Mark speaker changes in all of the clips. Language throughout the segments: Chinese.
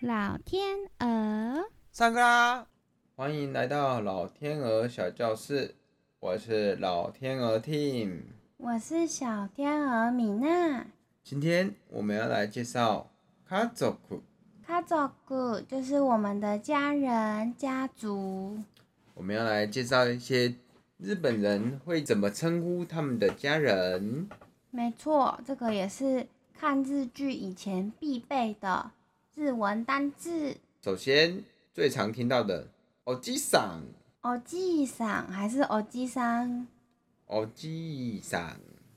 Speaker 1: 老天鹅，
Speaker 2: 上课啦！欢迎来到老天鹅小教室，我是老天鹅 Team。
Speaker 3: 我是小天鹅米娜。
Speaker 2: 今天我们要来介绍家族，
Speaker 3: 家族就是我们的家人、家族。
Speaker 2: 我们要来介绍一些日本人会怎么称呼他们的家人。
Speaker 3: 没错，这个也是看日剧以前必备的日文单字。
Speaker 2: 首先，最常听到的哦おじさん，
Speaker 3: おじさん还是おじさん？
Speaker 2: おじさん。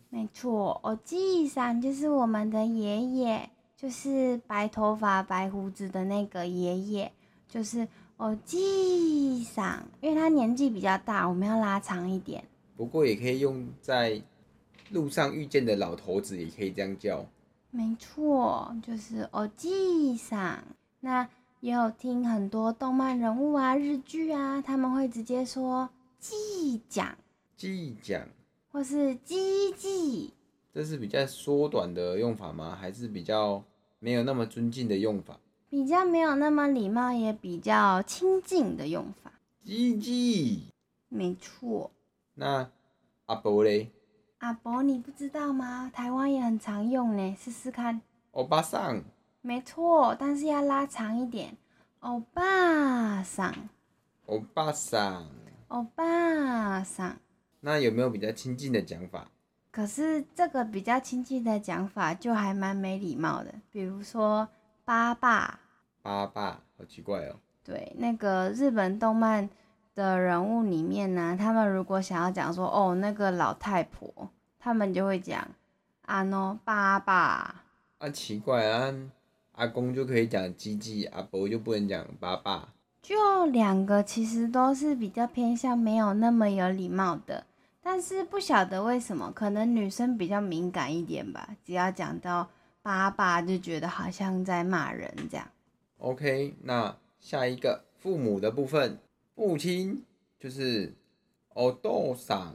Speaker 3: 没错，哦おじさん就是我们的爷爷，就是白头发、白胡子的那个爷爷，就是哦おじさん。因为他年纪比较大，我们要拉长一点。
Speaker 2: 不过也可以用在路上遇见的老头子，也可以这样叫。
Speaker 3: 没错，就是哦欧吉桑。那也有听很多动漫人物啊、日剧啊，他们会直接说“季讲
Speaker 2: 季讲，”
Speaker 3: 或是“季季
Speaker 2: 这是比较缩短的用法吗？还是比较没有那么尊敬的用法？”，
Speaker 3: 比较没有那么礼貌，也比较亲近的用法。
Speaker 2: 鸡鸡。
Speaker 3: 没错，
Speaker 2: 那阿伯嘞，
Speaker 3: 阿伯你不知道吗？台湾也很常用呢，试试看。
Speaker 2: 欧巴桑，
Speaker 3: 没错，但是要拉长一点。欧巴桑，
Speaker 2: 欧巴桑。
Speaker 3: 欧巴桑。
Speaker 2: 那有没有比较亲近的讲法？
Speaker 3: 可是这个比较亲近的讲法就还蛮没礼貌的，比如说“爸爸
Speaker 2: 爸爸，好奇怪哦。”，
Speaker 3: 对，那个日本动漫的人物里面呢、他们如果想要讲说“哦，那个老太婆”，他们就会讲“啊喏，爸爸
Speaker 2: 啊，奇怪啊，阿公就可以讲鸡鸡，阿伯就不能讲爸爸。”，
Speaker 3: 就两个其实都是比较偏向没有那么有礼貌的，但是不晓得为什么，可能女生比较敏感一点吧，只要讲到“爸爸”就觉得好像在骂人这样。
Speaker 2: OK，那下一个父母的部分，父亲就是お父さん，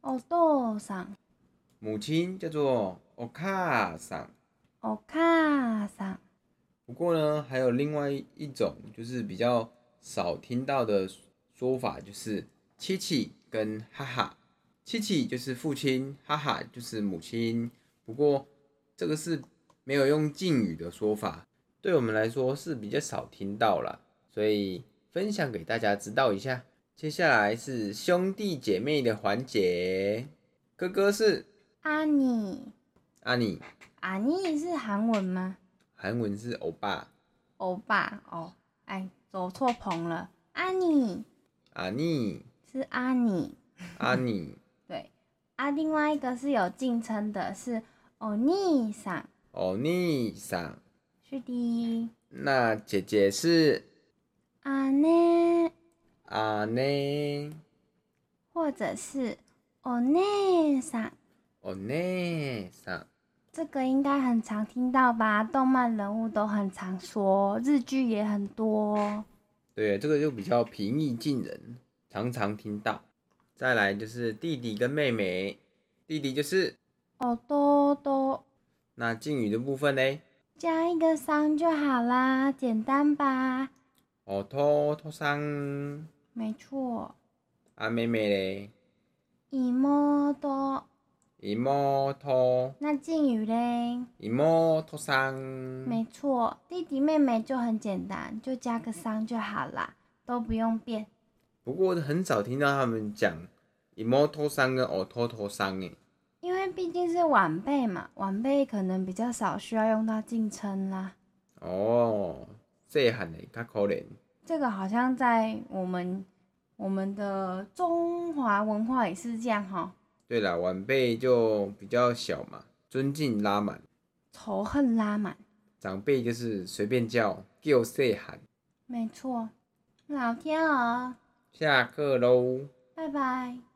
Speaker 3: 哦，豆上。
Speaker 2: 母亲叫做お母さん。
Speaker 3: お母さん，
Speaker 2: 不过呢，还有另外一种就是比较少听到的说法，就是七七跟哈哈。七七就是父亲，哈哈就是母亲。不过这个是没有用敬语的说法，对我们来说是比较少听到啦，所以分享给大家知道一下。接下来是兄弟姐妹的环节，哥哥是
Speaker 3: 兄
Speaker 2: 阿尼，
Speaker 3: 兄是韩文吗？
Speaker 2: 韩文是欧巴，
Speaker 3: 欧巴哦，哎，走错棚了。兄
Speaker 2: 阿尼
Speaker 3: 是阿尼，
Speaker 2: 阿尼
Speaker 3: 对。啊，另外一个是有敬称的，是欧尼桑。
Speaker 2: 欧尼桑。
Speaker 3: 是的，
Speaker 2: 那姐姐是
Speaker 3: 阿内
Speaker 2: 阿内
Speaker 3: 或者是欧内桑，
Speaker 2: 哦内桑，
Speaker 3: 这个应该很常听到吧？动漫人物都很常说，日剧也很多哦。
Speaker 2: 对，这个就比较平易近人，常常听到。再来就是弟弟跟妹妹，弟弟就是
Speaker 3: 哦多多。
Speaker 2: 那敬语的部分嘞，
Speaker 3: 加一个桑就好啦，简单吧？
Speaker 2: 哦托托桑，
Speaker 3: 没错，
Speaker 2: 啊妹妹嘞，
Speaker 3: 以摸多。
Speaker 2: 伊莫托
Speaker 3: 那敬语嘞？
Speaker 2: 伊莫托桑，
Speaker 3: 没错，弟弟妹妹就很简单，就加个桑就好啦，都不用变。
Speaker 2: 不过很少听到他们讲伊莫托桑跟哦托托桑诶。
Speaker 3: 因为毕竟是晚辈嘛，晚辈可能比较少需要用到敬称啦。
Speaker 2: 哦，细汉诶较可怜。
Speaker 3: 这个好像在我们我们的中华文化也是这样哈，
Speaker 2: 对啦，晚辈就比较小嘛，尊敬拉满；
Speaker 3: 仇恨拉满。
Speaker 2: 长辈就是随便叫，叫岁喊。
Speaker 3: 没错，老天鹅，
Speaker 2: 下课喽。
Speaker 3: 拜拜。